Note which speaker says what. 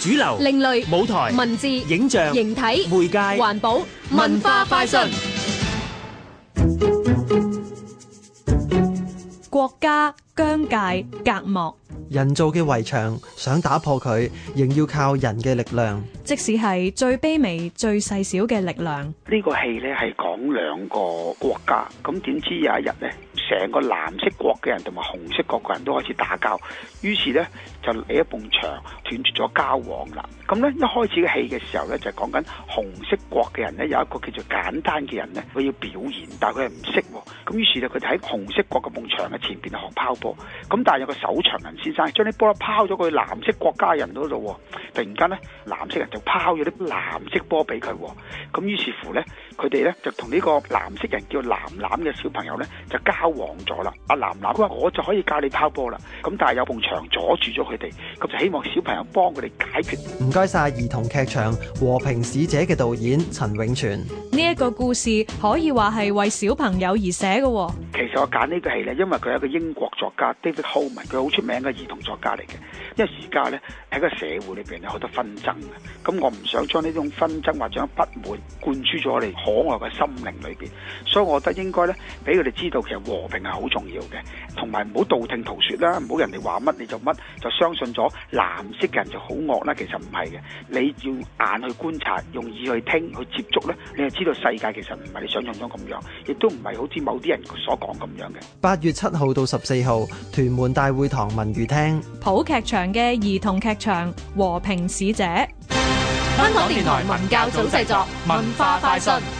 Speaker 1: 主流、
Speaker 2: 另類
Speaker 1: 舞台、
Speaker 2: 文字、
Speaker 1: 影像、
Speaker 2: 形體、
Speaker 1: 媒介、
Speaker 2: 環保、文化快訊。
Speaker 3: 國家疆界隔膜，
Speaker 4: 人造嘅圍牆，想打破佢，仍要靠人嘅力量。
Speaker 3: 即使係最卑微、最細小嘅力量，
Speaker 5: 呢個戲呢係講兩個國家，咁點知有一日呢，成個藍色國嘅人同埋紅色國嘅人都開始打交，於是呢，就嚟一埲牆斷絕咗交往啦。咁呢，一開始嘅戲嘅時候呢，就講緊紅色國嘅人呢，有一個叫做簡單嘅人呢，佢要表演，但係佢係唔識喎。咁於是呢，佢就喺紅色國嘅埲牆嘅前邊學拋波，咁但係有個守牆人先生將啲波拋咗去藍色國家人嗰度喎，突然間呢，藍色人就拋咗啲藍色波俾佢喎。咁於是乎呢，佢哋呢就同呢個藍色人叫藍藍嘅小朋友呢，就交往咗啦。阿藍藍佢話：我就可以教你拋波啦。咁但係有埲牆阻住咗佢哋，咁就希望小朋友幫佢哋解決。
Speaker 4: 唔該晒兒童劇場《和平使者》嘅導演陳永全。
Speaker 3: 呢一個故事可以話係為小朋友而寫嘅喎。
Speaker 5: 其實我揀呢個戲呢，因為佢係一個英國作家 David Holman，佢好出名嘅兒童作家嚟嘅。因為而家呢，喺個社會裏邊有好多紛爭嘅，咁我唔想將呢種紛爭或者不滿灌輸咗我哋可愛嘅心靈裏邊，所以我覺得應該呢，俾佢哋知道其實和平係好重要嘅，同埋唔好道聽途説啦，唔好人哋話乜你就乜，就相信咗藍色嘅人就好惡啦，其實唔係嘅，你要眼去觀察，用耳去聽，去接觸呢，你就知道世界其實唔係你想象中咁樣，亦都唔係好似某啲人所講咁樣嘅。
Speaker 4: 八月七號到十四號，屯門大會堂文娛廳。
Speaker 3: 普劇場嘅兒童劇場《和平使者》。
Speaker 2: 香港電台文教組製作，文化快訊。